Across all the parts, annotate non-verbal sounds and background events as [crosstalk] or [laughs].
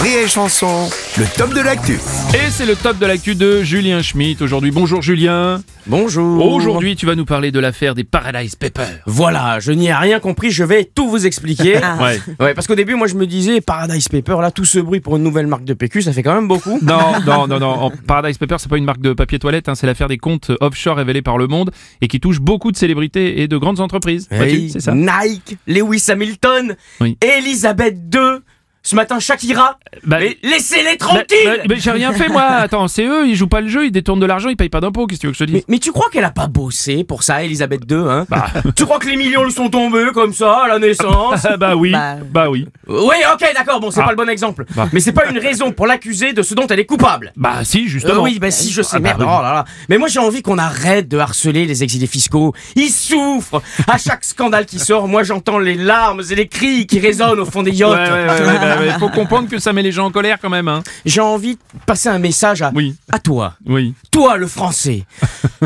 Rire et Chanson, le top de l'actu. Et c'est le top de l'actu de Julien Schmitt aujourd'hui. Bonjour Julien. Bonjour. Aujourd'hui, tu vas nous parler de l'affaire des Paradise Papers. Voilà, je n'y ai rien compris, je vais tout vous expliquer. Ouais. Ah. ouais, parce qu'au début, moi, je me disais, Paradise Paper, là, tout ce bruit pour une nouvelle marque de PQ, ça fait quand même beaucoup. Non, non, non, non. En- Paradise Papers, c'est pas une marque de papier toilette, hein, c'est l'affaire des comptes offshore révélés par le monde et qui touche beaucoup de célébrités et de grandes entreprises. [laughs] Vois-tu, Hey, c'est ça. Nike, Lewis Hamilton, Oui. Elisabeth II, ce matin, Shakira. Bah, Mais laissez-les bah, tranquilles bah, mais j'ai rien fait moi. Attends, c'est eux, ils jouent pas le jeu, ils détournent de l'argent, ils payent pas d'impôts. Qu'est-ce que tu veux que je te dise mais, mais tu crois qu'elle a pas bossé pour ça, Elisabeth II, hein Bah. [laughs] Tu crois que les millions lui sont tombés comme ça à la [laughs] naissance Ah bah oui, bah, Bah. oui. Oui, ok, d'accord, bon, c'est Ah. pas le bon exemple. Bah. Mais c'est pas une raison pour l'accuser de ce dont elle est coupable. Bah si, Euh, justement. oui, bah si, je sais, Ah, bah, merde. oui. oh là là. Mais moi, j'ai envie qu'on arrête de harceler les exilés fiscaux. Ils souffrent. À chaque scandale qui sort, moi, j'entends les larmes et les cris qui résonnent au fond des Ouais, yachts. ouais, ouais, ouais, ouais, ouais. Faut comprendre que ça met les gens en colère quand même. Hein. J'ai envie de passer un message à, Oui, à toi. oui. Toi, le français.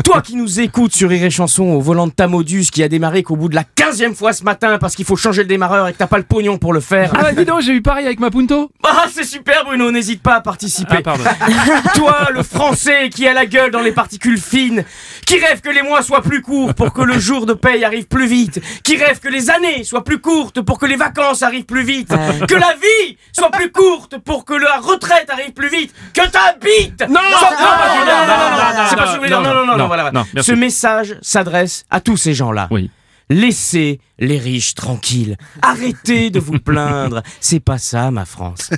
toi qui nous écoutes sur Rire et Chanson au volant de ta Modus qui a démarré qu'au bout de la 15 e fois ce matin parce qu'il faut changer le démarreur et que t'as pas le pognon pour le faire. Ah bah dis donc, j'ai eu pareil avec ma Punto. Ah, c'est super, Bruno. N'hésite pas à participer. Ah pardon. [laughs] Toi, le français qui a la gueule dans les particules fines, qui rêve que les mois soient plus courts pour que le jour de paye arrive plus vite, qui rêve que les années soient plus courtes pour que les vacances arrivent plus vite, Ouais. que la vie soit plus courte pour que la retraite arrive plus vite, que ta bite Non, soit- c'est pas non, Julien, non, non, non, non, non, non, c'est pas non, Julien, non, non, non, non, non, non, voilà, non, voilà. merci. Ce message s'adresse à tous ces gens-là. Oui. Laissez les riches tranquilles. Arrêtez de vous plaindre. C'est pas ça, ma France.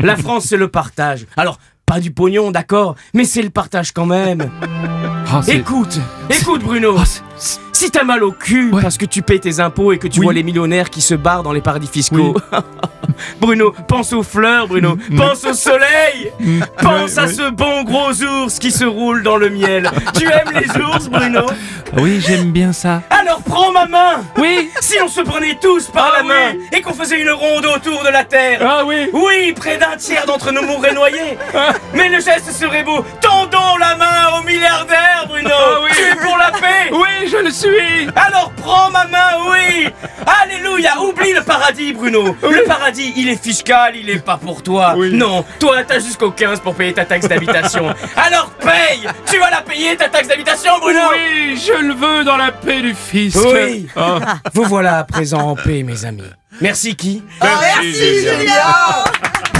La France, c'est le partage. Alors, pas du pognon, d'accord, mais c'est le partage quand même. Ah, c'est- Écoute, écoute, Bruno. Ah, c'est- c'est- Si t'as mal au cul Ouais. parce que tu payes tes impôts et que tu Oui. vois les millionnaires qui se barrent dans les paradis fiscaux. [laughs] Bruno, pense aux fleurs, Bruno. Mm. Pense au soleil. Pense à ce bon gros ours qui se roule dans le miel. tu aimes les ours, Bruno Ah Oui, j'aime bien ça. Alors prends ma main. Oui Si on se prenait tous par la Ah main et qu'on faisait une ronde autour de la Terre, Ah oui oui, près d'un tiers d'entre nous mourraient [laughs] noyés. Mais le geste serait beau. Tendons la main au milliardaire, Bruno. Ah oui. Tu es pour la paix. Oui, je le suis Alors prends ma main, oui. Alléluia. Oublie le paradis, Bruno. Le paradis, il est fiscal, il est pas pour toi. Oui. Non, toi, t'as jusqu'au 15 pour payer ta taxe [laughs] d'habitation. Alors paye. Tu vas la payer, ta taxe d'habitation, Oh Bruno. Oui, je le veux dans la paix du fisc Oui. Ah, Vous voilà à présent en paix, mes amis. Merci qui Merci, Julien. Julien